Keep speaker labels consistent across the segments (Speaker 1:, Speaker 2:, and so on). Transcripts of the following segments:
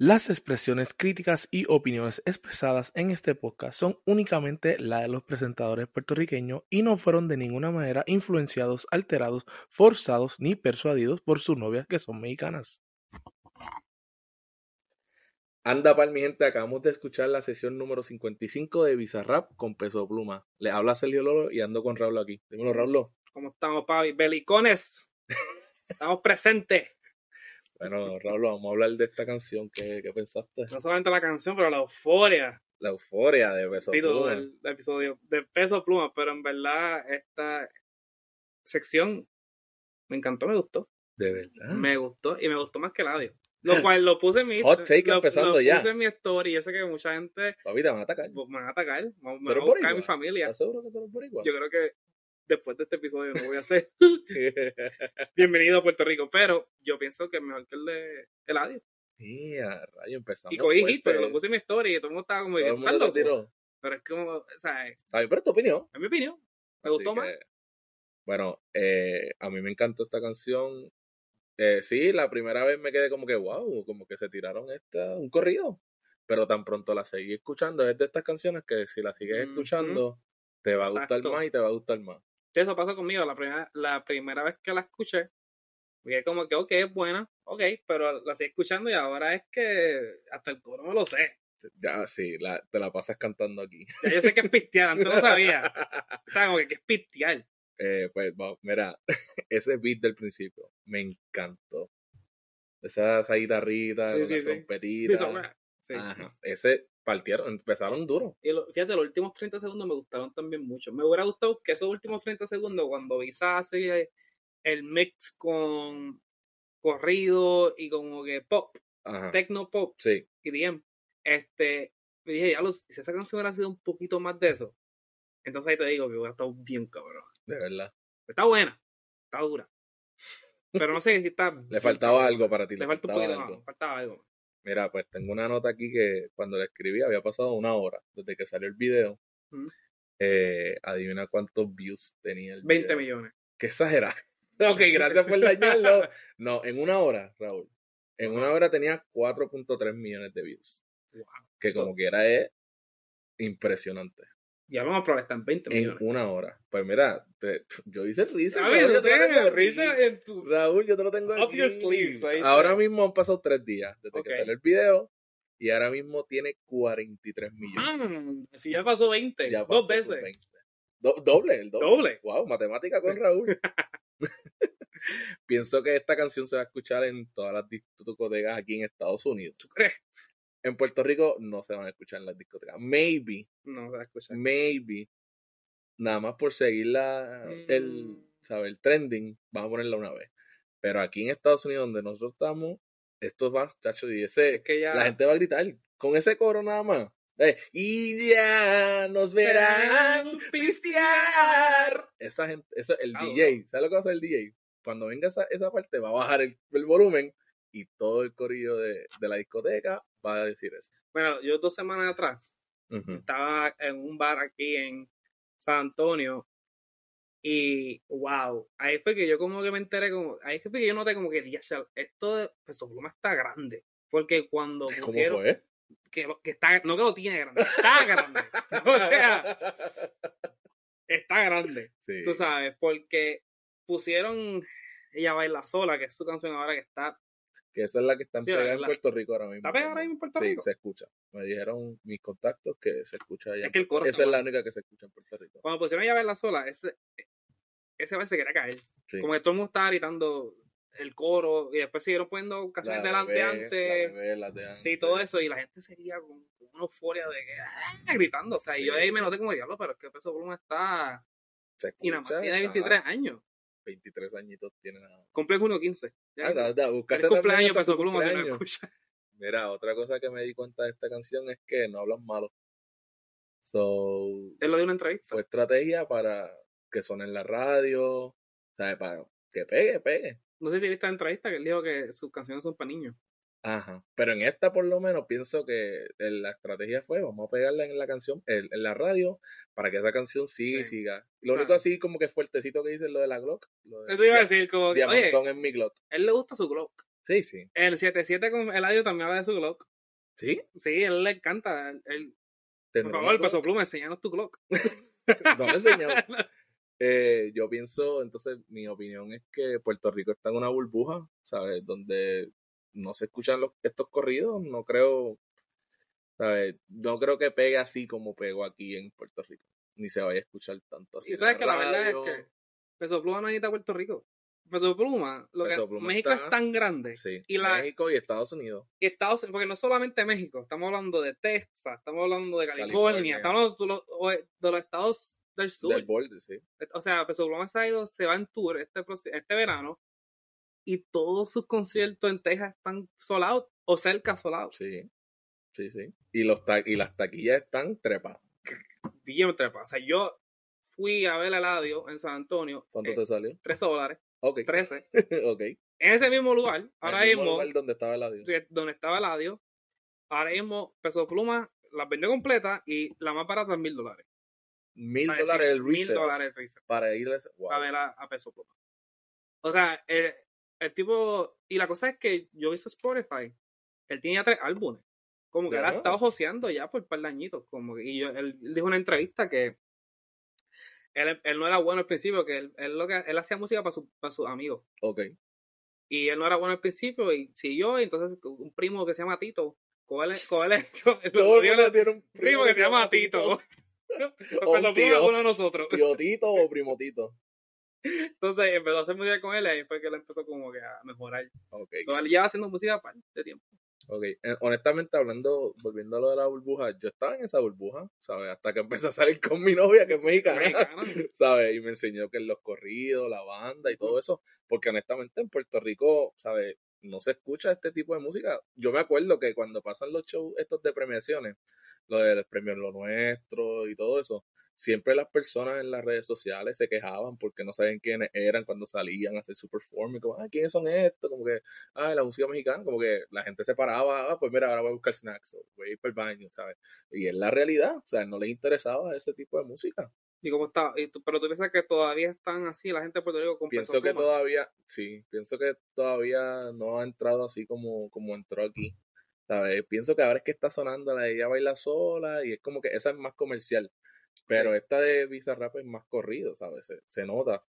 Speaker 1: Las expresiones críticas y opiniones expresadas en este podcast son únicamente la de los presentadores puertorriqueños y no fueron de ninguna manera influenciados, alterados, forzados ni persuadidos por sus novias que son mexicanas. Anda pal, mi gente, acabamos de escuchar la sesión número 55 de Bizarrap con Peso Pluma. Les habla Celio Lolo y ando con Raúl aquí. Dímelo, Raúl.
Speaker 2: ¿Cómo estamos, Pavi? Belicones. Estamos presentes.
Speaker 1: Bueno, Raúl, vamos a hablar de esta canción. ¿Qué, qué pensaste?
Speaker 2: No solamente la canción, pero la euforia
Speaker 1: La euforia de Peso
Speaker 2: título
Speaker 1: Pluma.
Speaker 2: del, del episodio de Peso Pluma. Pero en verdad, esta sección me encantó, me gustó.
Speaker 1: De verdad.
Speaker 2: Me gustó y me gustó más que el audio. Lo cual lo puse en mi.
Speaker 1: Hot take
Speaker 2: lo-
Speaker 1: empezando
Speaker 2: lo
Speaker 1: ya.
Speaker 2: puse en mi story. Yo sé que mucha gente
Speaker 1: Papi, te van a atacar.
Speaker 2: pues, me van a atacar. Me me van a
Speaker 1: eres
Speaker 2: buscar a mi
Speaker 1: boricua?
Speaker 2: familia.
Speaker 1: ¿Estás seguro que tú eres boricua?
Speaker 2: Yo creo que después de este episodio no voy a hacer. Bienvenido a Puerto Rico. Pero yo pienso que es mejor que el de el audio.
Speaker 1: Mira, rayo, empezamos
Speaker 2: Y cogí
Speaker 1: fuerte.
Speaker 2: hit, porque lo puse en mi story y todo el mundo estaba como
Speaker 1: Todo el
Speaker 2: "¿Estás
Speaker 1: mundo lo
Speaker 2: loco?".
Speaker 1: tiró.
Speaker 2: Pero es como, o sea, es
Speaker 1: Está bien, pero es tu opinión.
Speaker 2: mi opinión.
Speaker 1: Así
Speaker 2: Me gustó más.
Speaker 1: que, Bueno, eh, a mí me encantó esta canción. Eh, sí, la primera vez me quedé como que, wow, como que se tiraron esta, un corrido. Pero tan pronto la seguí escuchando. Es de estas canciones que si la sigues
Speaker 2: Ujú.
Speaker 1: escuchando, te va a
Speaker 2: Exacto.
Speaker 1: gustar más y te va a gustar más.
Speaker 2: Eso pasó conmigo la primera, la primera vez que la escuché. Fue como que, ok, es buena, ok, pero la sigo escuchando y ahora es que hasta el coro me lo sé.
Speaker 1: Ya, sí, la- te la pasas cantando aquí.
Speaker 2: Ya yo sé que es pistear, antes no sabía. Estaba como que, ¿qué es pistear?
Speaker 1: Eh, pues, va- mira, ese beat del principio me encantó. Esa, esa guitarrita,
Speaker 2: Sí,
Speaker 1: con
Speaker 2: sí,
Speaker 1: la
Speaker 2: sí.
Speaker 1: trompetita.
Speaker 2: Y eso, bueno, sí.
Speaker 1: Ajá, Ese partieron, empezaron duro.
Speaker 2: Y lo- fíjate, los últimos 30 segundos me gustaron también mucho. Me hubiera gustado que esos últimos 30 segundos, cuando Visa hace el mix con corrido y como que pop,
Speaker 1: Ajá.
Speaker 2: techno pop,
Speaker 1: Sí.
Speaker 2: y bien, este, me dije, ya lo- si esa canción hubiera sido un poquito más de eso, entonces ahí te digo que hubiera estado bien cabrón.
Speaker 1: De verdad.
Speaker 2: Está buena, está dura. Pero no sé si está.
Speaker 1: Le faltaba algo para ti.
Speaker 2: Le falta un poquito
Speaker 1: algo.
Speaker 2: más, faltaba algo.
Speaker 1: Mira, pues tengo una nota aquí que cuando la escribí había pasado una hora desde que salió el video.
Speaker 2: Ujú.
Speaker 1: Eh, adivina cuántos views tenía el
Speaker 2: 20
Speaker 1: video.
Speaker 2: millones.
Speaker 1: Qué exagerado. ok, gracias por dañarlo. No, en una hora, Raúl. En una hora tenía 4.3 millones de views.
Speaker 2: Wow.
Speaker 1: Que como quiera es impresionante.
Speaker 2: Ya vamos a probar, están 20
Speaker 1: En
Speaker 2: millones.
Speaker 1: una hora. Pues mira, te- yo hice el research,
Speaker 2: ¿Sabes?
Speaker 1: Raúl, yo
Speaker 2: Tú
Speaker 1: te lo
Speaker 2: tienes
Speaker 1: tengo
Speaker 2: el
Speaker 1: aquí.
Speaker 2: risa en tu
Speaker 1: Raúl, yo te lo tengo
Speaker 2: Up
Speaker 1: aquí.
Speaker 2: your sleeves, ahí está.
Speaker 1: Ahora mismo han pasado tres días desde
Speaker 2: Ok.
Speaker 1: que salió el video y ahora mismo tiene 43 millones.
Speaker 2: Ah, si ya pasó 20,
Speaker 1: Ya
Speaker 2: dos
Speaker 1: pasó
Speaker 2: veces.
Speaker 1: por 20. Do- doble, el doble.
Speaker 2: Doble.
Speaker 1: Wow, matemática con Raúl. Pienso que esta canción se va a escuchar en todas las discotecas aquí en Estados Unidos.
Speaker 2: ¿Tú crees?
Speaker 1: En Puerto Rico no se van a escuchar en las discotecas. Maybe,
Speaker 2: No se va a escuchar.
Speaker 1: maybe. Nada más por seguir la, el,
Speaker 2: Mm.
Speaker 1: sabe, el trending, vamos a ponerla una vez. Pero aquí en Estados Unidos, donde nosotros estamos, esto va, chacho, y ese,
Speaker 2: Es que ya.
Speaker 1: la gente va a gritar con ese coro nada más. Eh, y ya nos verán
Speaker 2: pistear.
Speaker 1: esa gente, ese- el
Speaker 2: Ah,
Speaker 1: DJ, ¿sabes lo que va a hacer el DJ? Cuando venga esa, esa parte, va a bajar el, el volumen y todo el corillo de, de la discoteca va a decir eso.
Speaker 2: Bueno, yo dos semanas atrás
Speaker 1: Ujú.
Speaker 2: estaba en un bar aquí en San Antonio y wow, ahí fue que yo como que me enteré, como, ahí fue que yo noté como que "Diache, esto de Peso Pluma está grande. Porque cuando
Speaker 1: ¿Cómo
Speaker 2: pusieron
Speaker 1: fue?
Speaker 2: que, lo- que está, no que lo tiene grande, está grande. o sea, está grande.
Speaker 1: sí.
Speaker 2: Tú sabes, porque pusieron Ella Baila Sola, que es su canción ahora que está.
Speaker 1: que esa es la que están
Speaker 2: Sí, la-
Speaker 1: pegada en
Speaker 2: la-
Speaker 1: Puerto Rico ahora mismo.
Speaker 2: ¿Está pegada ahora mismo en Puerto
Speaker 1: Sí,
Speaker 2: Rico?
Speaker 1: se escucha. Me dijeron mis contactos que se escucha allá.
Speaker 2: Es que el coro
Speaker 1: esa
Speaker 2: está
Speaker 1: es la
Speaker 2: mal.
Speaker 1: única que se escucha en Puerto Rico.
Speaker 2: Cuando pusieron Ella Baila Sola, ese, ese baile se quería caer.
Speaker 1: Sí.
Speaker 2: Como que todo el mundo estaba gritando el coro y después siguieron poniendo canciones
Speaker 1: La
Speaker 2: delante
Speaker 1: bebé,
Speaker 2: antes.
Speaker 1: la bebé, la de antes.
Speaker 2: Sí, todo eso, y la gente seguía con, con una euforia de que, "Ah", gritando. O sea, y yo
Speaker 1: Sí.
Speaker 2: ahí me noté como diablo, pero es que Peso Pluma está.
Speaker 1: Se
Speaker 2: Y nada más
Speaker 1: escucha,
Speaker 2: tiene
Speaker 1: ajá,
Speaker 2: 23 años.
Speaker 1: 23 añitos tiene nada más.
Speaker 2: Cumple junio 15. Ya,
Speaker 1: Ah, da- da, buscaste
Speaker 2: Feliz
Speaker 1: también
Speaker 2: cumpleaños,
Speaker 1: hasta su
Speaker 2: Peso Pluma, si no
Speaker 1: cumpleaños.
Speaker 2: escucha.
Speaker 1: Mira, otra cosa que me di cuenta de esta canción es que no hablan malo. So,
Speaker 2: Es lo de una entrevista.
Speaker 1: fue estrategia para que suene en la radio, ¿sabes? Para que pegue, pegue.
Speaker 2: No sé si viste la entrevista que él dijo que sus canciones son para niños.
Speaker 1: Ajá. Pero en esta, por lo menos, pienso que el- la estrategia fue: vamos a pegarla en la canción, en, en la radio, para que esa canción siga y
Speaker 2: Sí.
Speaker 1: siga. Lo
Speaker 2: O sea,
Speaker 1: único así, como que fuertecito que dicen lo de la Glock. Lo de,
Speaker 2: Eso iba a decir, como que, oye,
Speaker 1: Diamantón en mi Glock.
Speaker 2: él le gusta su Glock.
Speaker 1: Sí, sí.
Speaker 2: El 77 con Eladio también habla de su Glock.
Speaker 1: ¿Sí?
Speaker 2: Sí, él le encanta. Él- él- por
Speaker 1: ¿Tendrá
Speaker 2: favor,
Speaker 1: una
Speaker 2: Peso Pluma, enséñanos tu Glock.
Speaker 1: Glock? No me enseñó. Eh, yo pienso, entonces, mi opinión es que Puerto Rico está en una burbuja, ¿sabes? Donde no se escuchan los, estos corridos, no creo, ¿sabes? No creo que pegue así como pegó aquí en Puerto Rico, ni se vaya a escuchar tanto así.
Speaker 2: Y
Speaker 1: en
Speaker 2: sabes que la verdad es
Speaker 1: Pues radio.
Speaker 2: que Peso Pluma no necesita Puerto Rico. Peso Pluma, lo que-
Speaker 1: Peso Pluma
Speaker 2: México
Speaker 1: está-
Speaker 2: es tan grande.
Speaker 1: Sí,
Speaker 2: y la-
Speaker 1: México y Estados Unidos.
Speaker 2: Y Estados porque no solamente México, estamos hablando de Texas, estamos hablando de California,
Speaker 1: California.
Speaker 2: estamos hablando de los, o- de los estados del sur.
Speaker 1: Del borde, sí.
Speaker 2: O sea, Peso Pluma se ha ido, se va en tour este, proce- este verano y todos sus conciertos en Texas están sold out o cerca sold out.
Speaker 1: Sí. Sí, sí. Y, los ta- y las taquillas están trepadas.
Speaker 2: Bien trepa. O sea, yo fui a ver el Eladio en San Antonio,
Speaker 1: ¿Cuánto
Speaker 2: eh,
Speaker 1: te salió?
Speaker 2: 13 dólares,
Speaker 1: Ok.
Speaker 2: 13,
Speaker 1: ok.
Speaker 2: en ese mismo lugar, ahora
Speaker 1: El mismo
Speaker 2: mismo,
Speaker 1: lugar donde estaba el adiós.
Speaker 2: que- donde estaba Eladio, ahora mismo Peso Pluma las vendió completa y la más barata es mil dólares.
Speaker 1: Mil
Speaker 2: Para decir,
Speaker 1: dólares el
Speaker 2: Mil
Speaker 1: resale
Speaker 2: dólares el resale.
Speaker 1: para irles. Wow.
Speaker 2: a ver a, a Peso Pluma. O sea, el, el tipo. Y la cosa es que yo vi su Spotify. Él tenía tres álbumes. Como que
Speaker 1: ¿De
Speaker 2: él ha
Speaker 1: verdad?
Speaker 2: estado joseando ya por un par de añitos. Como que- y yo, él dijo en una entrevista que él, él no era bueno al principio, que él, él lo que, él hacía música para, su- para sus amigos.
Speaker 1: Ok.
Speaker 2: Y él no era bueno al principio y siguió. Y entonces un primo que se llama Tito. Con él, con él- con-
Speaker 1: Todo el
Speaker 2: tiene
Speaker 1: mundo
Speaker 2: un
Speaker 1: tiene un
Speaker 2: primo que se llama Tito.
Speaker 1: O un
Speaker 2: Peso Pluma es
Speaker 1: tío.
Speaker 2: uno de nosotros.
Speaker 1: Tío Tito o primo Tito.
Speaker 2: Entonces empezó a hacer música con él y ahí fue que él empezó como que a mejorar.
Speaker 1: Ok.
Speaker 2: So, eh. él lleva haciendo música parte de tiempo.
Speaker 1: ok. Eh, honestamente, hablando, volviendo a lo de la burbuja, yo estaba en esa burbuja, ¿sabes? Hasta que empecé a salir con mi novia, que es mexicana.
Speaker 2: Americano.
Speaker 1: ¿sabes? Y me enseñó que los corridos, la banda y todo eso, porque honestamente en Puerto Rico, ¿sabes? No se escucha este tipo de música. Yo me acuerdo que cuando pasan los shows estos de premiaciones, lo de los premios Lo Nuestro y todo eso, siempre las personas en las redes sociales se quejaban porque no sabían quiénes eran cuando salían a hacer su performance, como, ah, ¿quiénes son estos? Como que, ah, la música mexicana, como que la gente se paraba, ah, pues mira, ahora voy a buscar snacks, o voy a ir para el baño, ¿sabes? Y es la realidad, o sea, no les interesaba ese tipo de música.
Speaker 2: ¿Y cómo está? ¿Y tú- pero tú piensas que todavía están así la gente de Puerto Rico con
Speaker 1: Pienso
Speaker 2: Peso
Speaker 1: que
Speaker 2: Pluma?
Speaker 1: todavía, sí, pienso que todavía no ha entrado así como, como entró aquí. ¿Sabes? Pienso que ahora es que está sonando la de ella baila sola y es como que esa es más comercial. Pero esta de Bizarrap es más corrido, ¿sabes? Se, se nota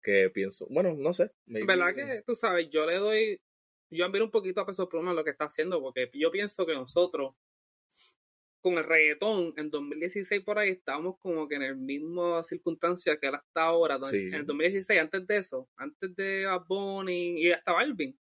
Speaker 1: que pienso, bueno, no sé.
Speaker 2: En
Speaker 1: maybe-
Speaker 2: ¿Verdad que tú sabes? Yo le doy. Yo admiro un poquito a Peso Pluma lo que está haciendo porque yo pienso que nosotros con el reggaetón en 2016 por ahí estábamos como que en el mismo circunstancia que él hasta ahora. Entonces,
Speaker 1: Sí.
Speaker 2: En el 2016, antes de eso, antes de Bad Bunny y hasta Balvin,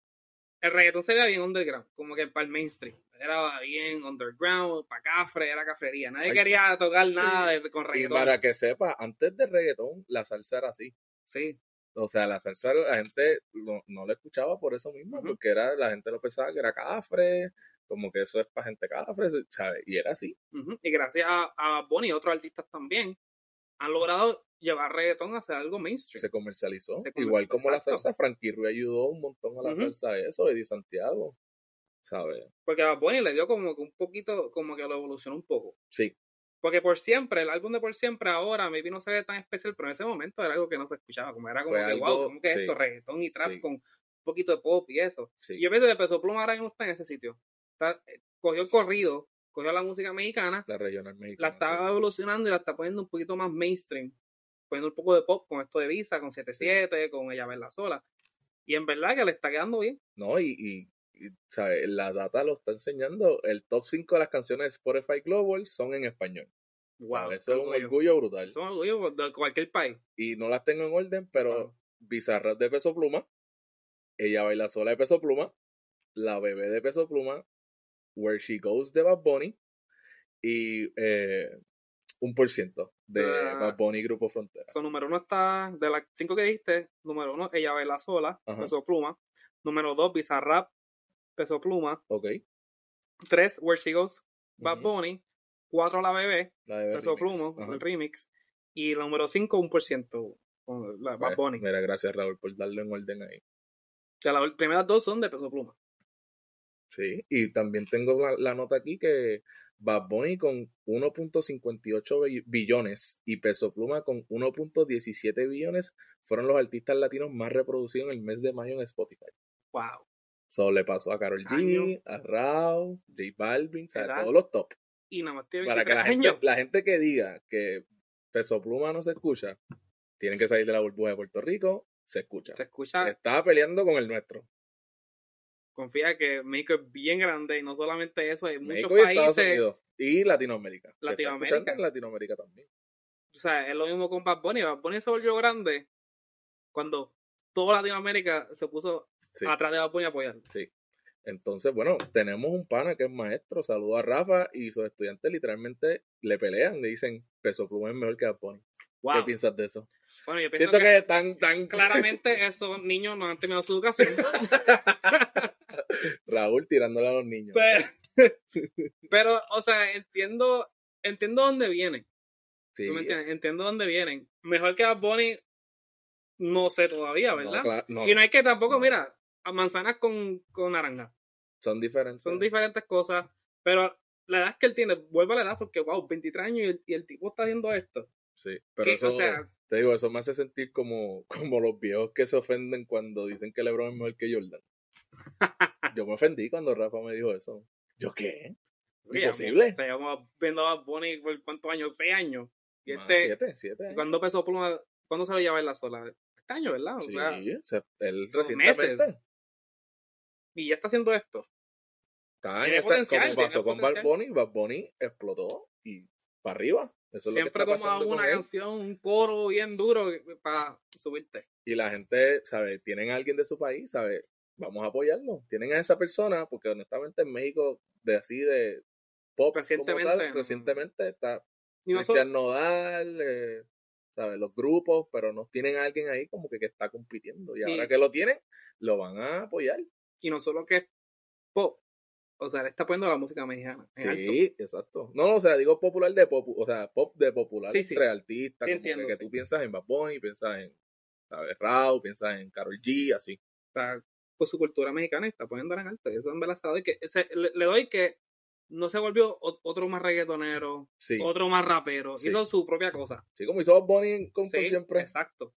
Speaker 2: el reggaetón se veía bien underground, como que para el mainstream. Era bien underground, para cafre, era cafrería. Nadie
Speaker 1: Ay, sí.
Speaker 2: quería tocar
Speaker 1: Sí.
Speaker 2: nada de- con
Speaker 1: Y
Speaker 2: reggaetón.
Speaker 1: para que sepa, antes de reggaetón, la salsa era así.
Speaker 2: Sí,
Speaker 1: O sea, la salsa la gente no, no la escuchaba por eso mismo,
Speaker 2: Ujú.
Speaker 1: porque era, la gente lo pensaba que era cafre, como que eso es para gente cafre, ¿sabes? Y era así.
Speaker 2: ujú. y gracias a, a Bad Bunny y otros artistas también, han logrado llevar reggaetón a hacer algo mainstream.
Speaker 1: se comercializó.
Speaker 2: Se comer-
Speaker 1: Igual como
Speaker 2: exacto.
Speaker 1: la salsa, Frankie Ruiz ayudó un montón a la
Speaker 2: Ujú.
Speaker 1: salsa de eso, Eddie Santiago, ¿sabes?
Speaker 2: Porque Bad Bunny le dio como que un poquito, como que lo evolucionó un poco.
Speaker 1: Sí,
Speaker 2: Porque por siempre, el álbum de por siempre ahora, maybe no se ve tan especial, pero en ese momento era algo que no se escuchaba, como era como
Speaker 1: Fue
Speaker 2: que,
Speaker 1: algo-
Speaker 2: wow, como que es
Speaker 1: sí.
Speaker 2: esto, reggaetón y trap
Speaker 1: Sí.
Speaker 2: con un poquito de pop y eso.
Speaker 1: sí.
Speaker 2: Y yo pienso que Peso Pluma ahora mismo está en ese sitio. Está- eh, cogió el corrido, cogió la música mexicana,
Speaker 1: La regional mexicana.
Speaker 2: la está evolucionando y la está poniendo un poquito más mainstream. Poniendo un poco de pop con esto de Visa, con 77, con Ella Verla Sola. Y en verdad que le está quedando bien.
Speaker 1: sí. No, y, y- y, ¿sabes? La data lo está enseñando. El top 5 de las canciones de Spotify Global son en español.
Speaker 2: Wow,
Speaker 1: ¿sabes? Eso es un
Speaker 2: orgullo.
Speaker 1: orgullo brutal.
Speaker 2: Eso es orgullo de cualquier país.
Speaker 1: Y no las tengo en orden, pero
Speaker 2: Wow.
Speaker 1: Bizarrap de Peso Pluma, Ella Baila Sola de Peso Pluma, La Bebé de Peso Pluma, Where She Goes de Bad Bunny y eh, Un por ciento de
Speaker 2: Ah.
Speaker 1: Bad Bunny Grupo Frontera.
Speaker 2: So, número uno está, de las cinco que dijiste, número uno, Ella Baila Sola,
Speaker 1: Ajá.
Speaker 2: Peso Pluma. Número dos, Bizarrap, Peso Pluma.
Speaker 1: Ok.
Speaker 2: Tres, Where She Goes, Bad
Speaker 1: ujú,
Speaker 2: Bunny. Cuatro, La Bebé,
Speaker 1: la de
Speaker 2: Peso
Speaker 1: remix,
Speaker 2: Pluma,
Speaker 1: ajá.
Speaker 2: el remix. Y la número cinco, un por ciento, con la, Bad
Speaker 1: Pues,
Speaker 2: Bunny.
Speaker 1: Mira, gracias Raúl por darle en orden ahí.
Speaker 2: O sea, las primeras dos son de Peso Pluma.
Speaker 1: Sí, y también tengo la, la nota aquí que Bad Bunny con 1.58 bi- billones y Peso Pluma con 1.17 billones fueron los artistas latinos más reproducidos en el mes de mayo en Spotify.
Speaker 2: Wow.
Speaker 1: So, le pasó a Carol G,
Speaker 2: Año.
Speaker 1: a Rao, J Balvin, o sea,
Speaker 2: Claro.
Speaker 1: todos los top.
Speaker 2: Y nada más tiene
Speaker 1: Para que
Speaker 2: 23
Speaker 1: la
Speaker 2: años.
Speaker 1: gente, la gente que diga que Peso Pluma no se escucha, tienen que salir de la burbuja de Puerto Rico, se escucha.
Speaker 2: Se escucha,
Speaker 1: Estaba peleando con el nuestro.
Speaker 2: confía que México es bien grande y no solamente eso, hay muchos
Speaker 1: México y Estados
Speaker 2: países.
Speaker 1: Unidos. Y Latinoamérica. Se está
Speaker 2: Latinoamérica.
Speaker 1: escuchando en Latinoamérica también.
Speaker 2: O sea, es lo mismo con Bad Bunny. Bad Bunny se volvió grande cuando toda Latinoamérica se puso
Speaker 1: Sí.
Speaker 2: atrás de Bad Bunny a apoyarlo.
Speaker 1: Entonces, bueno, tenemos un pana que es maestro. Saludo a Rafa y sus estudiantes literalmente le pelean, le dicen, Peso Pluma es mejor que Bad Bunny". ¿Qué
Speaker 2: Wow.
Speaker 1: piensas de eso?
Speaker 2: Bueno, yo pienso
Speaker 1: Siento
Speaker 2: que,
Speaker 1: que están tan
Speaker 2: claramente esos niños no han terminado su educación.
Speaker 1: Raúl tirándole a los niños.
Speaker 2: pero, pero, o sea, entiendo, entiendo dónde vienen.
Speaker 1: Sí,
Speaker 2: ¿Tú me entiendes? Entiendo dónde vienen. Mejor que Bad Bunny, no sé todavía,
Speaker 1: no,
Speaker 2: ¿verdad?
Speaker 1: cla- no,
Speaker 2: Y no hay que tampoco,
Speaker 1: No.
Speaker 2: mira, a manzanas con, con naranja.
Speaker 1: son diferentes.
Speaker 2: Son diferentes cosas. Pero la edad que él tiene, vuelve a la edad porque, wow, 23 años y el, y el tipo está haciendo esto.
Speaker 1: Sí, pero
Speaker 2: Que,
Speaker 1: eso,
Speaker 2: o sea-
Speaker 1: te digo, eso me hace sentir como, como los viejos que se ofenden cuando dicen que LeBron es mejor que Jordan. Yo me ofendí cuando Rafa me dijo eso. ¿Yo qué? Imposible.
Speaker 2: O sea, llevamos viendo a Bad Bunny por cuántos años, 6 años. Y
Speaker 1: Más,
Speaker 2: este,
Speaker 1: siete, siete. años.
Speaker 2: ¿cuándo pesó pluma? ¿Cuándo se lo lleva en la sola? Este año, ¿verdad? O
Speaker 1: Sí,
Speaker 2: sea,
Speaker 1: se- él
Speaker 2: son
Speaker 1: recientemente
Speaker 2: meses. y ya está haciendo esto.
Speaker 1: está en
Speaker 2: Tiene
Speaker 1: esa-
Speaker 2: potencial,
Speaker 1: como pasó
Speaker 2: tiene
Speaker 1: con Bad
Speaker 2: potencial.
Speaker 1: Bunny, Bad Bunny explotó y para arriba. Eso es lo que
Speaker 2: Siempre
Speaker 1: está
Speaker 2: toma
Speaker 1: pasando con
Speaker 2: una
Speaker 1: él.
Speaker 2: canción, un coro bien duro para subirte.
Speaker 1: y la gente, ¿sabes? Tienen a alguien de su país, ¿sabes? Vamos a apoyarlo. Tienen a esa persona, porque honestamente en México, de así de pop, como
Speaker 2: Recientemente,
Speaker 1: tal,
Speaker 2: no.
Speaker 1: recientemente está
Speaker 2: Y no solo,
Speaker 1: Cristian Nodal, eh, ¿sabes? Los grupos, pero no tienen a alguien ahí como que, que está compitiendo. Y
Speaker 2: Sí.
Speaker 1: ahora que lo tienen, lo van a apoyar.
Speaker 2: y no solo que es pop. O sea, le está poniendo la música mexicana. en
Speaker 1: Sí,
Speaker 2: alto.
Speaker 1: exacto. No, no, o sea, digo popular de pop, o sea, pop de popular
Speaker 2: Sí, sí.
Speaker 1: entre artistas,
Speaker 2: Sí,
Speaker 1: como
Speaker 2: entiendo,
Speaker 1: que, que
Speaker 2: sí.
Speaker 1: tú piensas en Bad Bunny, piensas en, ¿sabes? Rao, piensas en Karol G, así.
Speaker 2: está con su cultura mexicana y está poniéndola en alto. Y eso en verdad se la doy que se- le, le doy que no se volvió o- otro más reggaetonero,
Speaker 1: Sí,
Speaker 2: otro más rapero,
Speaker 1: Sí.
Speaker 2: hizo su propia cosa.
Speaker 1: sí, como hizo Bad Bunny en- con, con
Speaker 2: Sí,
Speaker 1: siempre.
Speaker 2: exacto.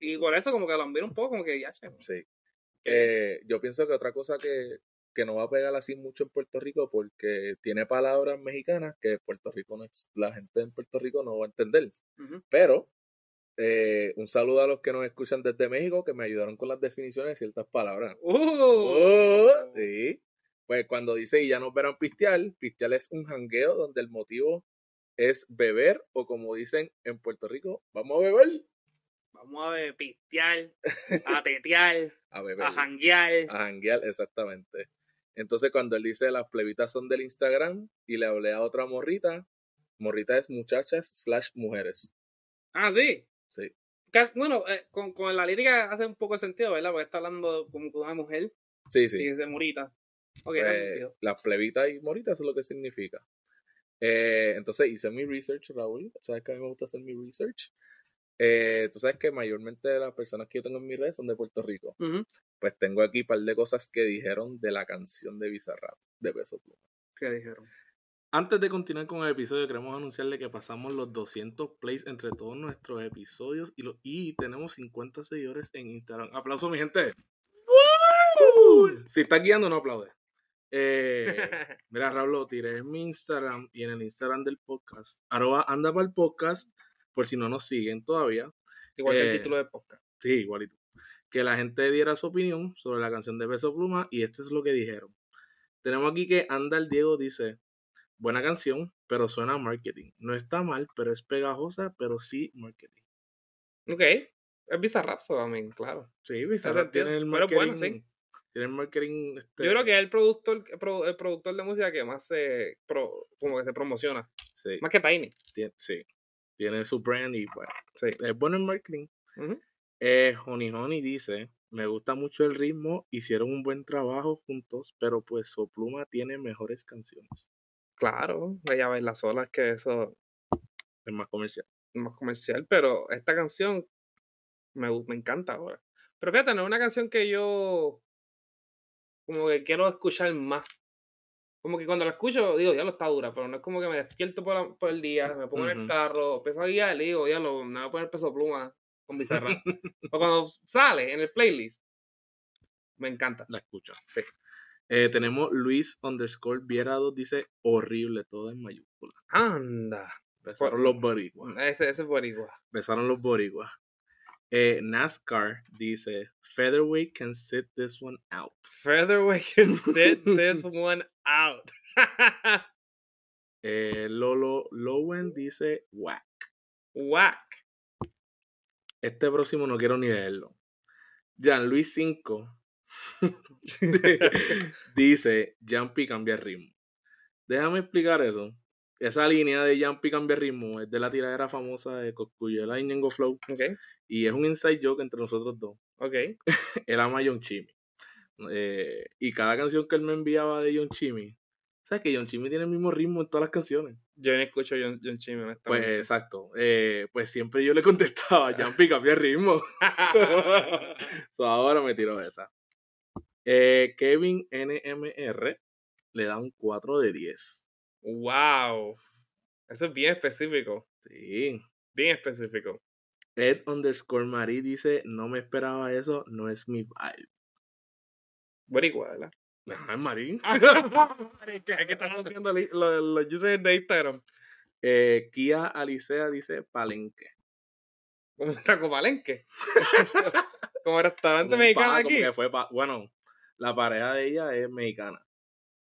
Speaker 2: Y por eso como que lo envió un poco como que ya che,
Speaker 1: Sí.
Speaker 2: que-
Speaker 1: Eh, yo pienso que otra cosa que, que no va a pegar así mucho en Puerto Rico porque tiene palabras mexicanas que Puerto Rico no es- la gente en Puerto Rico no va a entender.
Speaker 2: ujú.
Speaker 1: Pero eh, un saludo a los que nos escuchan desde México que me ayudaron con las definiciones de ciertas palabras.
Speaker 2: ¡Uh!
Speaker 1: Oh, sí. Pues cuando dice y ya nos verán pistear, pistear es un jangueo donde el motivo es beber o como dicen en Puerto Rico, vamos a beber.
Speaker 2: Vamos a ver, pistear, a tetear,
Speaker 1: A beber.
Speaker 2: a janguear.
Speaker 1: A janguear, exactamente. Entonces, cuando él dice las plebitas son del Instagram y le hablé a otra morrita, morrita es muchachas slash mujeres.
Speaker 2: Ah, sí.
Speaker 1: Sí.
Speaker 2: Cas- Bueno, eh, con, con la lírica hace un poco de sentido, ¿verdad? Porque está hablando como con una mujer
Speaker 1: Sí, sí.
Speaker 2: y dice morita. Ok,
Speaker 1: Pues,
Speaker 2: hace sentido.
Speaker 1: las plebitas y moritas eso es lo que significa. Eh, entonces hice mi research, Raúl. Sabes que a mí me gusta hacer mi research. Eh, tú sabes que mayormente las personas que yo tengo en mi red son de Puerto Rico.
Speaker 2: Ujú.
Speaker 1: Pues tengo aquí un par de cosas que dijeron de la canción de Bizarrap, de Peso Pluma.
Speaker 2: ¿Qué dijeron?
Speaker 3: Antes de continuar con el episodio, queremos anunciarle que pasamos los 200 plays entre todos nuestros episodios y, lo- y tenemos 50 seguidores en Instagram. Aplauso, mi gente. Uh, Si estás guiando, no aplaude. Eh, mira, Raúl, lo tiré en mi Instagram y en el Instagram del podcast. Arroba anda para el podcast, por si no nos siguen todavía.
Speaker 2: Igual que
Speaker 3: Eh,
Speaker 2: el título de podcast.
Speaker 3: Sí, igualito. Que la gente diera su opinión sobre la canción de Peso Pluma y esto es lo que dijeron. Tenemos aquí que Andal Diego dice, buena canción, pero suena a marketing. No está mal, pero es pegajosa, pero sí marketing.
Speaker 2: Ok. Es bizarrazo también, claro.
Speaker 3: Sí, Bizarrap tiene el
Speaker 2: sentido,
Speaker 3: marketing.
Speaker 2: pero bueno,
Speaker 3: Tiene el marketing. este,
Speaker 2: Yo creo que es el productor, el pro- el productor de música que más se pro- como que se promociona.
Speaker 1: Sí,
Speaker 2: Más que Tiny.
Speaker 3: tiene, sí, tiene su brand y bueno,
Speaker 2: Sí.
Speaker 3: es bueno en marketing.
Speaker 2: Ujú.
Speaker 3: Eh, Honey Honey dice, me gusta mucho el ritmo, hicieron un buen trabajo juntos, pero pues Sopluma tiene mejores canciones.
Speaker 2: Claro, vaya a ver las olas que eso
Speaker 3: Es más comercial.
Speaker 2: es más comercial, pero esta canción me, gu- me encanta ahora. Pero fíjate, no es una canción que yo como que quiero escuchar más. Como que cuando la escucho, digo, ya lo está dura, pero no es como que me despierto por, la- por el día, me pongo en el
Speaker 3: Ujú.
Speaker 2: carro, empiezo a guiar y digo, ya lo, me voy a poner peso pluma con bizarra. o cuando sale en el playlist, Me encanta.
Speaker 1: La escucha.
Speaker 2: Sí.
Speaker 1: Eh, tenemos Luis underscore Vierado, dice horrible, todo en mayúscula.
Speaker 2: Anda.
Speaker 1: Empezaron los boricuas.
Speaker 2: Ese, ese es boricua.
Speaker 1: Empezaron los boricuas. Eh, NASCAR dice, Featherweight can sit this one out.
Speaker 2: Featherweight can sit this one out.
Speaker 1: Eh, Lolo Lowen dice, whack.
Speaker 2: Whack.
Speaker 1: Este próximo no quiero ni leerlo. Jean Luis 5 dice, Jumpy cambia ritmo. Déjame explicar eso. Esa línea de Jumpy cambia ritmo es de la tiradera famosa de Coscuyuela y Ñengo Flow.
Speaker 2: Ok,
Speaker 1: Y es un inside joke entre nosotros dos.
Speaker 2: ok.
Speaker 1: Él ama a John Chimmy. Eh, y cada canción que él me enviaba de John Chimmy, ¿sabes que John Chimmy tiene el mismo ritmo en todas las canciones?
Speaker 2: Yo no escucho John, John Chimmy,
Speaker 1: Pues
Speaker 2: honestamente.
Speaker 1: exacto. Eh, pues siempre yo le contestaba, Jumpy cambia ritmo. Pues So, ahora me tiro esa. Eh, Kevin NMR le da un 4 de 10.
Speaker 2: wow. Eso es bien específico.
Speaker 1: Sí.
Speaker 2: Bien específico.
Speaker 1: Ed underscore Marie dice, no me esperaba eso, no es mi vibe.
Speaker 2: Boricua, ¿verdad?
Speaker 1: Ajá, Marie.
Speaker 2: Aquí estamos viendo li- lo- los users de Instagram.
Speaker 1: Eh, Kia Alicea dice, palenque.
Speaker 2: Como un taco palenque. como restaurante
Speaker 1: Como un
Speaker 2: mexicano
Speaker 1: pa- como
Speaker 2: aquí.
Speaker 1: que fue pa- bueno, la pareja de ella es mexicana.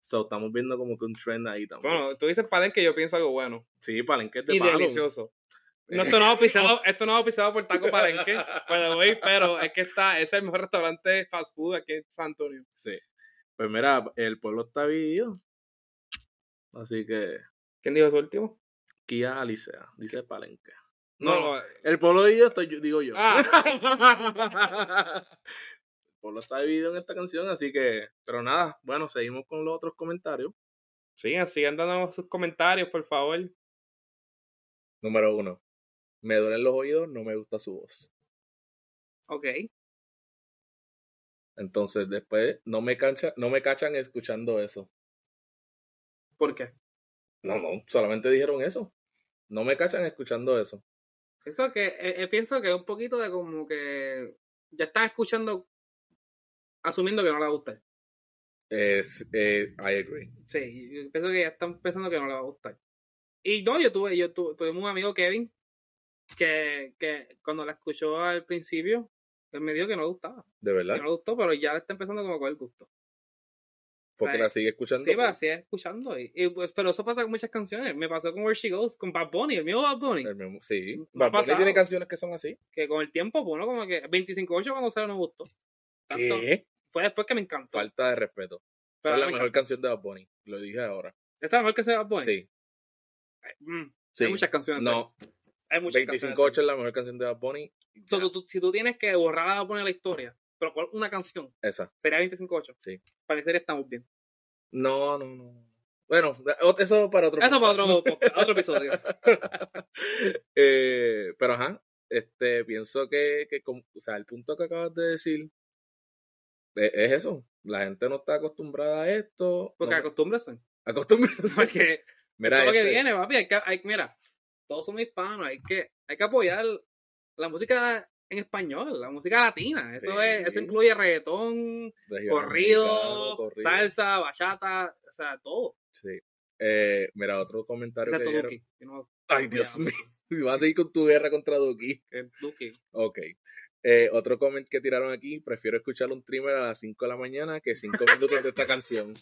Speaker 1: So, estamos viendo como que un trend ahí también.
Speaker 2: Bueno, tú dices palenque, yo pienso algo bueno.
Speaker 1: sí, palenque es de
Speaker 2: Y
Speaker 1: palo.
Speaker 2: delicioso. No, esto no es pisado, esto no es pisado por Taco Palenque, pero, güey, pero es que está, es el mejor restaurante fast food aquí en San Antonio.
Speaker 1: Sí. Pues mira, el pueblo está dividido. Así que,
Speaker 2: ¿Quién dijo eso último?
Speaker 1: Kia Alicea, dice palenque. No,
Speaker 2: No,
Speaker 1: no,
Speaker 2: no.
Speaker 1: el pueblo dividido estoy yo- digo yo.
Speaker 2: Ah.
Speaker 1: El pueblo está dividido en esta canción, así que, pero nada, bueno, seguimos con los otros comentarios.
Speaker 2: Sigan, sigan dándonos sus comentarios, por favor.
Speaker 1: Número uno. Me duelen los oídos, no me gusta su voz.
Speaker 2: Ok.
Speaker 1: Entonces, después no me cancha, no me cachan escuchando eso.
Speaker 2: ¿Por qué?
Speaker 1: No, no, solamente dijeron eso. No me cachan escuchando eso.
Speaker 2: Eso que eh, eh, pienso que es un poquito de como que ya están escuchando, asumiendo que no le va a gustar.
Speaker 1: Es, eh, I agree.
Speaker 2: Sí, yo pienso que ya están pensando que no le va a gustar. Y no, yo tuve, yo tu- tuvimos un amigo Kevin que, que cuando la escuchó al principio, él me dijo que no le gustaba.
Speaker 1: De
Speaker 2: Que
Speaker 1: verdad.
Speaker 2: no le gustó, pero ya le está empezando como a coger gusto.
Speaker 1: Porque
Speaker 2: Ay.
Speaker 1: la sigue escuchando.
Speaker 2: eh,
Speaker 1: pues,
Speaker 2: Sí, va, sigue escuchando. Y, y, pues, pero eso pasa con muchas canciones. Me pasó con Where She Goes, con Bad Bunny, el mío Bad Bunny.
Speaker 1: El mismo- sí.
Speaker 2: Me ha
Speaker 1: Bad Bunny
Speaker 2: pasado.
Speaker 1: tiene canciones que son así.
Speaker 2: Que con el tiempo, pues uno como que 25-8 cuando salió no gustó. Tanto-
Speaker 1: ¿Qué?
Speaker 2: Fue después que me encantó.
Speaker 1: Falta de respeto. Esa
Speaker 2: Pero
Speaker 1: es la
Speaker 2: me
Speaker 1: mejor
Speaker 2: encantó.
Speaker 1: canción de Bad Bunny. Lo dije ahora.
Speaker 2: Esta es la mejor que se Bad Bunny.
Speaker 1: Sí.
Speaker 2: Mm,
Speaker 1: sí.
Speaker 2: Hay muchas canciones. de él.
Speaker 1: No,
Speaker 2: hay muchas canciones. de
Speaker 1: 25-8 es la mejor canción de Bad Bunny.
Speaker 2: él. So, tú- tú- si tú tienes que borrar a Bad Bunny de la historia, pero con una canción,
Speaker 1: Esa.
Speaker 2: Sería 25-8.
Speaker 1: Sí.
Speaker 2: Parecería estamos bien.
Speaker 1: No, no, no. Bueno, o- eso para otro
Speaker 2: Eso para
Speaker 1: podcast.
Speaker 2: otro, podcast, otro episodio.
Speaker 1: Eh, pero ajá, este, pienso que, que com- o sea, el punto que acabas de decir e- es, eso. La gente no está acostumbrada a esto.
Speaker 2: Porque
Speaker 1: no-
Speaker 2: acostúmbrense.
Speaker 1: acostumbrada.
Speaker 2: Porque
Speaker 1: Mira,
Speaker 2: todo lo que
Speaker 1: este,
Speaker 2: viene, papi, hay que, hay- mira, todos somos hispanos, hay que, hay que apoyar la música en español, la música latina. Eso
Speaker 1: Sí.
Speaker 2: es, eso incluye reggaetón,
Speaker 1: regional
Speaker 2: corrido,
Speaker 1: mexicano, corrido,
Speaker 2: salsa, bachata, o sea, todo.
Speaker 1: sí. Eh, mira, otro comentario que
Speaker 2: Excepto
Speaker 1: dieron-
Speaker 2: Duki. que no-
Speaker 1: Ay, Dios
Speaker 2: Cuidado.
Speaker 1: mío. Vas a seguir con tu guerra contra Duki.
Speaker 2: que es Duki.
Speaker 1: Ok. Eh, otro comment que tiraron aquí, prefiero escuchar un trimmer a las 5 de la mañana que 5 minutos de esta canción.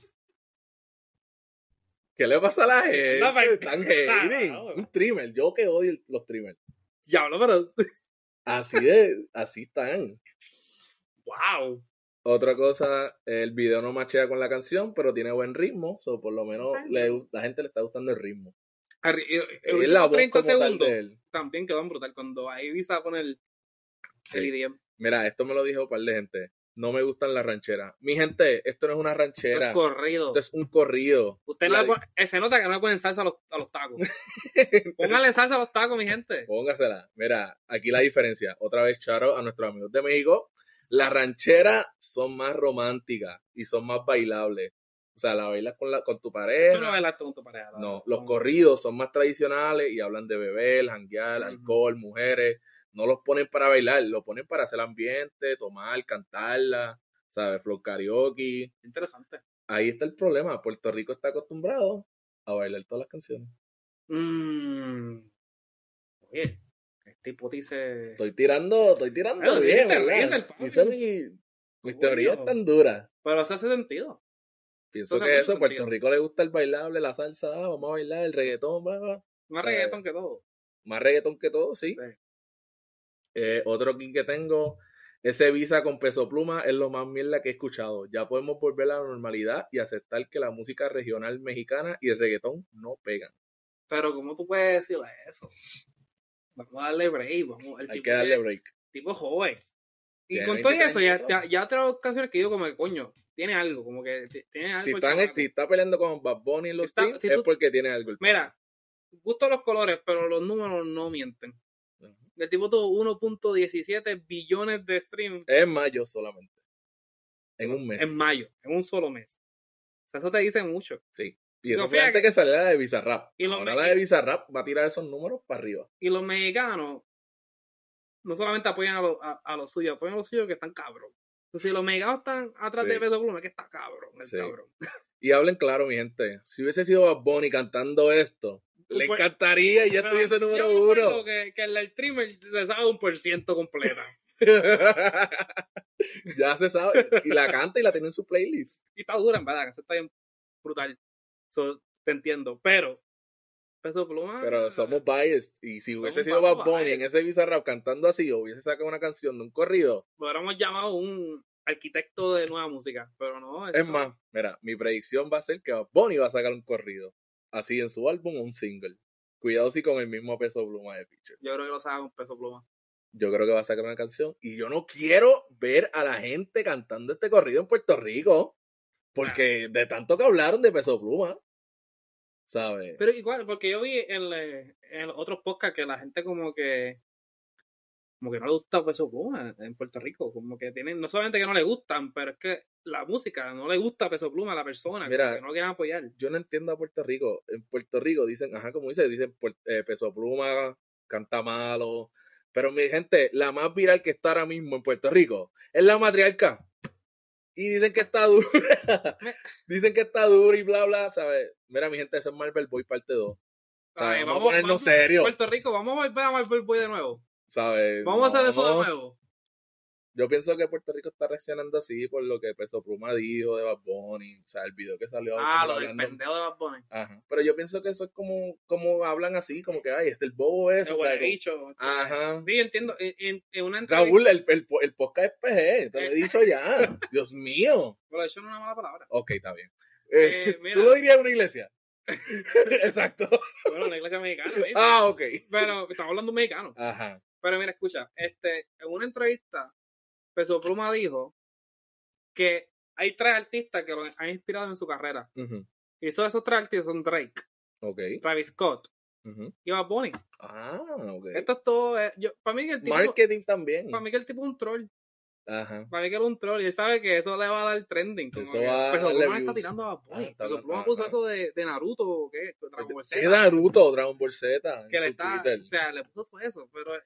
Speaker 1: ¿Qué le pasa a la gente?
Speaker 2: No, pero-
Speaker 1: Están hating.
Speaker 2: Ah,
Speaker 1: Un trimmer, yo que odio el- los trimmers.
Speaker 2: Diablo, pero.
Speaker 1: Así de, así están.
Speaker 2: ¡Wow!
Speaker 1: Otra cosa, el video no machea con la canción, pero tiene buen ritmo, so por lo menos
Speaker 2: Ay,
Speaker 1: le gu- la gente le está gustando el ritmo.
Speaker 2: Arri- el- el
Speaker 1: Es la
Speaker 2: último
Speaker 1: voz
Speaker 2: 30
Speaker 1: como tal
Speaker 2: Eh, segundos
Speaker 1: de él.
Speaker 2: también quedó brutal cuando ahí Visa pone el,
Speaker 1: Sí.
Speaker 2: el idioma.
Speaker 1: Mira, esto me lo dijo un par de gente. No me gustan las rancheras. Mi gente, esto no es una ranchera.
Speaker 2: Es corrido.
Speaker 1: Esto es un corrido.
Speaker 2: Usted no
Speaker 1: La-
Speaker 2: le pone- eh, se nota que no le ponen salsa a los, a los tacos. Póngale salsa a los tacos, mi gente.
Speaker 1: Póngasela. Mira, aquí la diferencia. Otra vez, Charo, a nuestros amigos de México. Las rancheras son más románticas y son más bailables. O sea, la bailas con, la, con tu
Speaker 2: Tú no
Speaker 1: pareja.
Speaker 2: bailaste con tu pareja. ¿verdad?
Speaker 1: No, los
Speaker 2: Con-
Speaker 1: corridos son más tradicionales y hablan de beber, janguear,
Speaker 2: Ujú.
Speaker 1: alcohol, mujeres. No los ponen para bailar, lo ponen para hacer ambiente, tomar, cantarla, ¿sabes? Flow karaoke.
Speaker 2: Interesante.
Speaker 1: Ahí está el problema. Puerto Rico está acostumbrado a bailar todas las canciones.
Speaker 2: Mm. Oye, este hipótesis.
Speaker 1: Estoy tirando, estoy tirando
Speaker 2: Claro,
Speaker 1: bien,
Speaker 2: dice,
Speaker 1: ¿verdad?
Speaker 2: dice el papi.
Speaker 1: Hice mi- mis
Speaker 2: Coño.
Speaker 1: teorías tan duras.
Speaker 2: Pero eso hace sentido.
Speaker 1: Pienso
Speaker 2: Eso
Speaker 1: que
Speaker 2: tiene
Speaker 1: eso, Puerto
Speaker 2: sentido.
Speaker 1: Rico le gusta el bailable, la salsa, ah, vamos a bailar el reggaetón, va, va.
Speaker 2: Más
Speaker 1: Sí.
Speaker 2: reggaetón que todo.
Speaker 1: más reggaetón que todo, sí.
Speaker 2: Sí.
Speaker 1: Eh, otro kick que tengo, ese visa con peso pluma es lo más mierda que he escuchado. Ya podemos volver a la normalidad y aceptar que la música regional mexicana y el reggaetón no pegan.
Speaker 2: Pero ¿cómo tú puedes decirle eso? Vamos a darle break, vamos. El
Speaker 1: Hay
Speaker 2: tipo
Speaker 1: que darle
Speaker 2: es-
Speaker 1: break.
Speaker 2: tipo es joven. Y
Speaker 1: Tiene
Speaker 2: con todo
Speaker 1: 20,
Speaker 2: eso, ya,
Speaker 1: 30
Speaker 2: ya, ya otras canciones que digo como que coño, tiene algo, como que t- tiene algo.
Speaker 1: Si,
Speaker 2: el
Speaker 1: están,
Speaker 2: chamaco.
Speaker 1: si está peleando con Bad Bunny y los
Speaker 2: está-
Speaker 1: Teens,
Speaker 2: si
Speaker 1: es
Speaker 2: tú-
Speaker 1: porque tiene algo. el-
Speaker 2: Mira, gusto los colores, pero los números no mienten.
Speaker 1: Ujú.
Speaker 2: El tipo tuvo 1.17 billones de streams
Speaker 1: Es mayo solamente. En un mes.
Speaker 2: en mayo, en un solo mes. O sea, eso te dice mucho.
Speaker 1: Y eso
Speaker 2: No,
Speaker 1: fue
Speaker 2: fíjate
Speaker 1: antes que saliera la de Bizarrap.
Speaker 2: Y los
Speaker 1: Ahora
Speaker 2: me-
Speaker 1: la de Bizarrap va a tirar esos números para arriba.
Speaker 2: Y los mexicanos no solamente apoyan a los a, a los suyos, apoyan a los suyos que están cabrón. Entonces, si los mexicanos están atrás
Speaker 1: Sí.
Speaker 2: de Pedro Pluma, que está cabrón, el
Speaker 1: Sí.
Speaker 2: cabrón.
Speaker 1: Y hablen claro, mi gente. Si hubiese sido Bad Bunny cantando esto, le
Speaker 2: Pues-
Speaker 1: encantaría y ya
Speaker 2: Pero
Speaker 1: estuviese número
Speaker 2: yo me acuerdo
Speaker 1: uno.
Speaker 2: Que, que el del streamer se sabe un por ciento completa.
Speaker 1: ya se sabe. Y la canta y la tiene en su playlist.
Speaker 2: y está dura, en verdad, que eso está bien brutal. So, te entiendo, pero Peso Pluma.
Speaker 1: Pero somos biased. Y si hubiese
Speaker 2: Ah. Somos
Speaker 1: sido Bad
Speaker 2: biased.
Speaker 1: Bunny en ese Bizarrap cantando así, o hubiese sacado una canción de un corrido,
Speaker 2: Lo hubiéramos llamado un arquitecto de nueva música, pero no.
Speaker 1: es más, mira, mi predicción va a ser que Bad Bunny va a sacar un corrido. Así en su álbum o un single. Cuidado si con el mismo peso pluma de Picture.
Speaker 2: Yo creo que lo sabe con Peso Pluma.
Speaker 1: yo creo que va a sacar una canción. Y yo no quiero ver a la gente cantando este corrido en Puerto Rico. Porque de tanto que hablaron de peso pluma. ¿Sabes?
Speaker 2: Pero igual, porque yo vi en, le- en los otros podcasts que la gente como que. Como que no le gusta Peso Pluma en Puerto Rico. Como que tienen. No solamente que no le gustan, pero es que la música no le gusta Peso Pluma a la persona.
Speaker 1: Mira,
Speaker 2: Mira. Que no lo quieren apoyar.
Speaker 1: Yo no entiendo a Puerto Rico. En Puerto Rico dicen, ajá, como dice, dicen Puer- eh, peso pluma, canta malo. Pero mi gente, la más viral que está ahora mismo en Puerto Rico es la matriarca. Y dicen que está dura.
Speaker 2: Me-
Speaker 1: dicen que está dura y bla, bla, ¿sabes? Mira, mi gente, eso es Marvel Boy parte 2.
Speaker 2: Ay,
Speaker 1: vamos a ponernos serios.
Speaker 2: Puerto Rico, vamos a volver a Marvel Boy de nuevo.
Speaker 1: ¿Sabes?
Speaker 2: Vamos a hacer eso
Speaker 1: No.
Speaker 2: de nuevo.
Speaker 1: Yo pienso que Puerto Rico está reaccionando así por lo que Peso Pluma dijo de Bad Bunny, o sea, el video que salió.
Speaker 2: Ah,
Speaker 1: como
Speaker 2: lo del
Speaker 1: hablando-
Speaker 2: pendejo de Bad Bunny.
Speaker 1: Ajá. Pero yo pienso que eso es como, como hablan así, como que, ay, este el bobo es.
Speaker 2: El
Speaker 1: o sea, como-
Speaker 2: huelebicho. o sea,
Speaker 1: Ajá.
Speaker 2: Sí, yo entiendo. En, en- en una entrevista.
Speaker 1: Raúl, el, el, po- el podcast es PG, te lo he
Speaker 2: Eh.
Speaker 1: dicho ya. Dios mío.
Speaker 2: Pero eso no es una mala palabra.
Speaker 1: Ok, está bien.
Speaker 2: Eh,
Speaker 1: Eh,
Speaker 2: mira.
Speaker 1: ¿Tú lo dirías en una iglesia? Exacto.
Speaker 2: Bueno, una iglesia mexicana. baby.
Speaker 1: Ah, ok.
Speaker 2: Pero estamos hablando de un mexicano.
Speaker 1: Ajá.
Speaker 2: Pero mira, escucha. este En una entrevista, Peso Pluma dijo que hay tres artistas que lo han inspirado en su carrera.
Speaker 1: Ujú.
Speaker 2: Y esos, esos tres artistas son Drake,
Speaker 1: Ok.
Speaker 2: Travis Scott
Speaker 1: Ujú.
Speaker 2: y Bad Bunny.
Speaker 1: Ah, ok.
Speaker 2: Esto es todo. eh, yo- para, mí que el tipo,
Speaker 1: Marketing también.
Speaker 2: para mí que el tipo es un troll.
Speaker 1: Ajá.
Speaker 2: Para mí que era un troll y él sabe que eso le va a dar trending. Como
Speaker 1: Eso
Speaker 2: que,
Speaker 1: va a
Speaker 2: Peso
Speaker 1: darle
Speaker 2: Pluma le está
Speaker 1: views.
Speaker 2: tirando a Bad Bunny.
Speaker 1: Ah, está
Speaker 2: Peso
Speaker 1: bien,
Speaker 2: Pluma
Speaker 1: está
Speaker 2: puso
Speaker 1: bien.
Speaker 2: eso de, de Naruto o qué, de Dragon Ball Z,
Speaker 1: Es Naruto, Dragon Ball Z. en
Speaker 2: que le
Speaker 1: su
Speaker 2: está,
Speaker 1: Twitter.
Speaker 2: o sea, le puso todo eso, pero él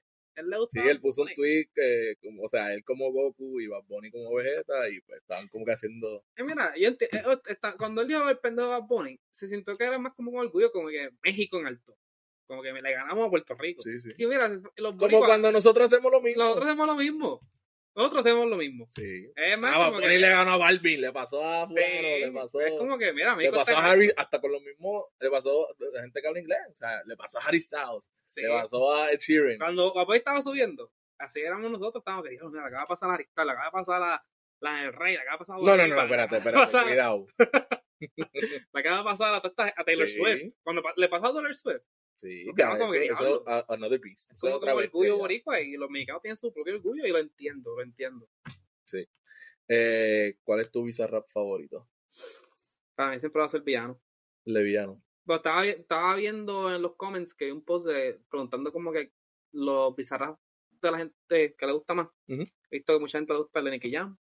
Speaker 2: le
Speaker 1: Sí,
Speaker 2: gusta.
Speaker 1: él puso un
Speaker 2: Bunny.
Speaker 1: tweet, eh, como- o sea, él como Goku y Bad Bunny como Vegeta, y pues estaban como que haciendo.
Speaker 2: Eh, mira, yo enti- eh, oh, está- cuando él dijo el pendejo de Bad Bunny, se sintió que era más como un orgullo, como que México en alto. Como que le ganamos a Puerto Rico.
Speaker 1: Sí, sí.
Speaker 2: Y mira, los
Speaker 1: Como
Speaker 2: boricuas,
Speaker 1: cuando nosotros hacemos lo mismo.
Speaker 2: nosotros hacemos lo mismo. Nosotros hacemos lo mismo.
Speaker 1: Sí.
Speaker 2: Es más,
Speaker 1: Ah, Bad
Speaker 2: como
Speaker 1: Bunny
Speaker 2: que,
Speaker 1: le ganó a Balvin, le pasó a
Speaker 2: sí,
Speaker 1: Fulano, le pasó.
Speaker 2: es como que, mira,
Speaker 1: Le
Speaker 2: México
Speaker 1: pasó
Speaker 2: está
Speaker 1: a
Speaker 2: en-
Speaker 1: Harry, hasta con lo mismo, le pasó a la gente que habla inglés, o sea, le pasó a Harry Styles,
Speaker 2: sí.
Speaker 1: le pasó a Ed Sheeran.
Speaker 2: Cuando Apoy estaba subiendo, así éramos nosotros, estábamos que Dios mío, le acaba de pasar a Aristal, le acaba de pasar a la del Rey, le acaba de pasar a
Speaker 1: No,
Speaker 2: Dua
Speaker 1: no,
Speaker 2: Lipa,
Speaker 1: no,
Speaker 2: le
Speaker 1: espérate,
Speaker 2: acaba de
Speaker 1: espérate,
Speaker 2: pasar-
Speaker 1: cuidado.
Speaker 2: Le acaba de pasar a, toda esta- a Taylor
Speaker 1: Sí.
Speaker 2: Swift. Cuando pa- le pasó a Taylor Swift,
Speaker 1: Sí,
Speaker 2: Nos
Speaker 1: ya,
Speaker 2: quedamos como
Speaker 1: eso,
Speaker 2: que
Speaker 1: eso,
Speaker 2: diablo.
Speaker 1: a- another piece.
Speaker 2: es
Speaker 1: Eso es
Speaker 2: un
Speaker 1: otra vez.
Speaker 2: orgullo boricua y los mexicanos tienen su propio orgullo y lo entiendo, lo entiendo.
Speaker 1: Eh, ¿Cuál es tu bizarrap favorito?
Speaker 2: Para mí siempre va a ser villano.
Speaker 1: Leviano.
Speaker 2: Pero estaba, vi- estaba viendo en los comments que hay un post de- preguntando como que los bizarras de la gente que le gusta más.
Speaker 1: Ujú.
Speaker 2: He visto que mucha gente le gusta el Nicky Jam,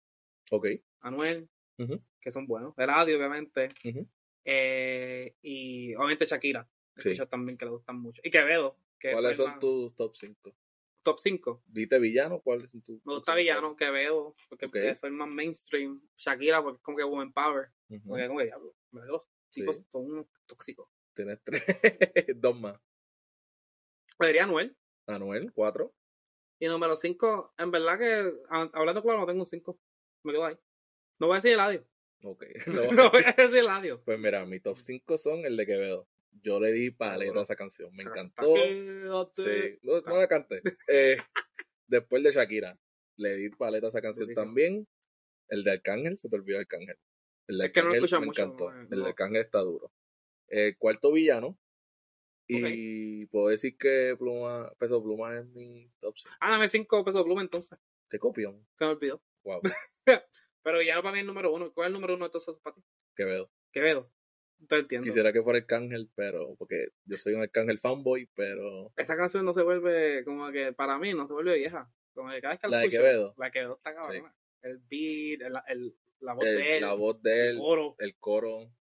Speaker 1: Ok.
Speaker 2: Anuel,
Speaker 1: Ujú.
Speaker 2: que son buenos. Eladio, obviamente.
Speaker 1: Ujú.
Speaker 2: Eh, y obviamente Shakira.
Speaker 1: Sí.
Speaker 2: Escucho también que le gustan mucho. Y Quevedo. Que fue
Speaker 1: ¿Cuáles
Speaker 2: el
Speaker 1: son
Speaker 2: más-
Speaker 1: tus top 5?
Speaker 2: Top 5.
Speaker 1: ¿Viste Villano? ¿Cuál es tu?
Speaker 2: Me gusta Villano, Quevedo, porque
Speaker 1: Ok.
Speaker 2: fue el más mainstream. Shakira, porque es como que woman power.
Speaker 1: Ujú.
Speaker 2: Porque es como que diablo. en verdad, Los
Speaker 1: Sí.
Speaker 2: chicos son unos tóxicos.
Speaker 1: Tienes tres. Dos más.
Speaker 2: Podría Anuel.
Speaker 1: Anuel, cuatro.
Speaker 2: Y número 5, en verdad que, a- hablando claro, no tengo un 5. Me quedo ahí. No voy a decir el adiós.
Speaker 1: Ok.
Speaker 2: No voy a decir el adiós.
Speaker 1: Pues mira, mi top 5 son el de Quevedo. Yo le di paleta a esa canción. Me encantó.
Speaker 2: Quédate.
Speaker 1: Sí. No, no la canté. Eh, después de Shakira. Le di paleta a esa canción
Speaker 2: Durísimo.
Speaker 1: también. El de Arcángel, se te olvidó Arcángel. El de
Speaker 2: Es que no lo
Speaker 1: Arcángel
Speaker 2: escucha
Speaker 1: me
Speaker 2: mucho,
Speaker 1: encantó.
Speaker 2: no,
Speaker 1: El
Speaker 2: no.
Speaker 1: de Arcángel está duro. Eh, cuarto villano. Y puedo decir que Pluma, Peso Pluma es mi top 5.
Speaker 2: Ah, dame 5 pesos de pluma entonces.
Speaker 1: Qué copión.
Speaker 2: Se me olvidó.
Speaker 1: Wow.
Speaker 2: Pero ya para mí el número 1. ¿Cuál es el número 1 de todos esos para ti?
Speaker 1: Quevedo.
Speaker 2: Quevedo. Te entiendo.
Speaker 1: Quisiera que fuera Arcángel, pero. Porque yo soy un Arcángel fanboy, pero.
Speaker 2: Esa canción no se vuelve, como que para mí, no se vuelve vieja. Como que cada vez que
Speaker 1: La de
Speaker 2: escucho,
Speaker 1: Quevedo.
Speaker 2: La de Quevedo está cabrona. El beat, el, el- la voz
Speaker 1: el-
Speaker 2: de él,
Speaker 1: la voz de
Speaker 2: el
Speaker 1: él,
Speaker 2: coro.
Speaker 1: el coro.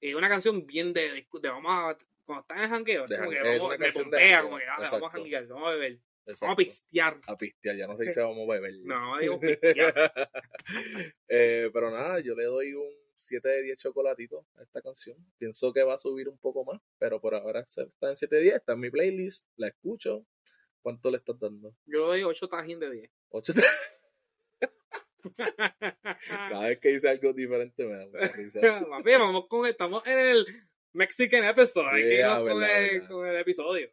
Speaker 2: Y una canción bien de, de, de vamos a. Cuando estás en el jangueo,
Speaker 1: De
Speaker 2: es como que
Speaker 1: jangueo, es
Speaker 2: vamos,
Speaker 1: una
Speaker 2: me
Speaker 1: canción de
Speaker 2: pompea,
Speaker 1: jangueo,
Speaker 2: como que dale, vamos a
Speaker 1: exacto.
Speaker 2: janguear, vamos a beber, vamos a
Speaker 1: Exacto.
Speaker 2: pistear.
Speaker 1: A pistear, ya no sé si vamos a beber.
Speaker 2: No, digo pistear.
Speaker 1: Eh, pero nada, yo le doy un 7 de 10 chocolatitos a esta canción. Pienso que va a subir un poco más, pero por ahora se- está en 7 de 10, está en mi playlist, la escucho. ¿Cuánto le estás dando?
Speaker 2: Yo le doy 8 tajín de 10.
Speaker 1: 8
Speaker 2: Ah.
Speaker 1: Cada vez que dice algo diferente me da mucha risa.
Speaker 2: Papi, vamos con Estamos en el Mexican episode.
Speaker 1: Sí,
Speaker 2: hay que irnos
Speaker 1: ah,
Speaker 2: con,
Speaker 1: verdad,
Speaker 2: el,
Speaker 1: verdad.
Speaker 2: con el episodio.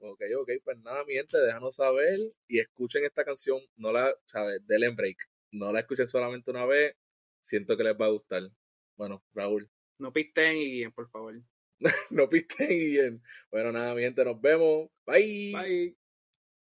Speaker 1: Ok, ok, pues nada, mi gente, déjanos saber y escuchen esta canción. No la, ¿sabes? Denle en break. No la escuchen solamente una vez. Siento que les va a gustar. Bueno, Raúl,
Speaker 2: No pisten y por favor.
Speaker 1: no pisten y bien. Bueno, nada, mi gente, nos vemos. Bye.
Speaker 2: Bye.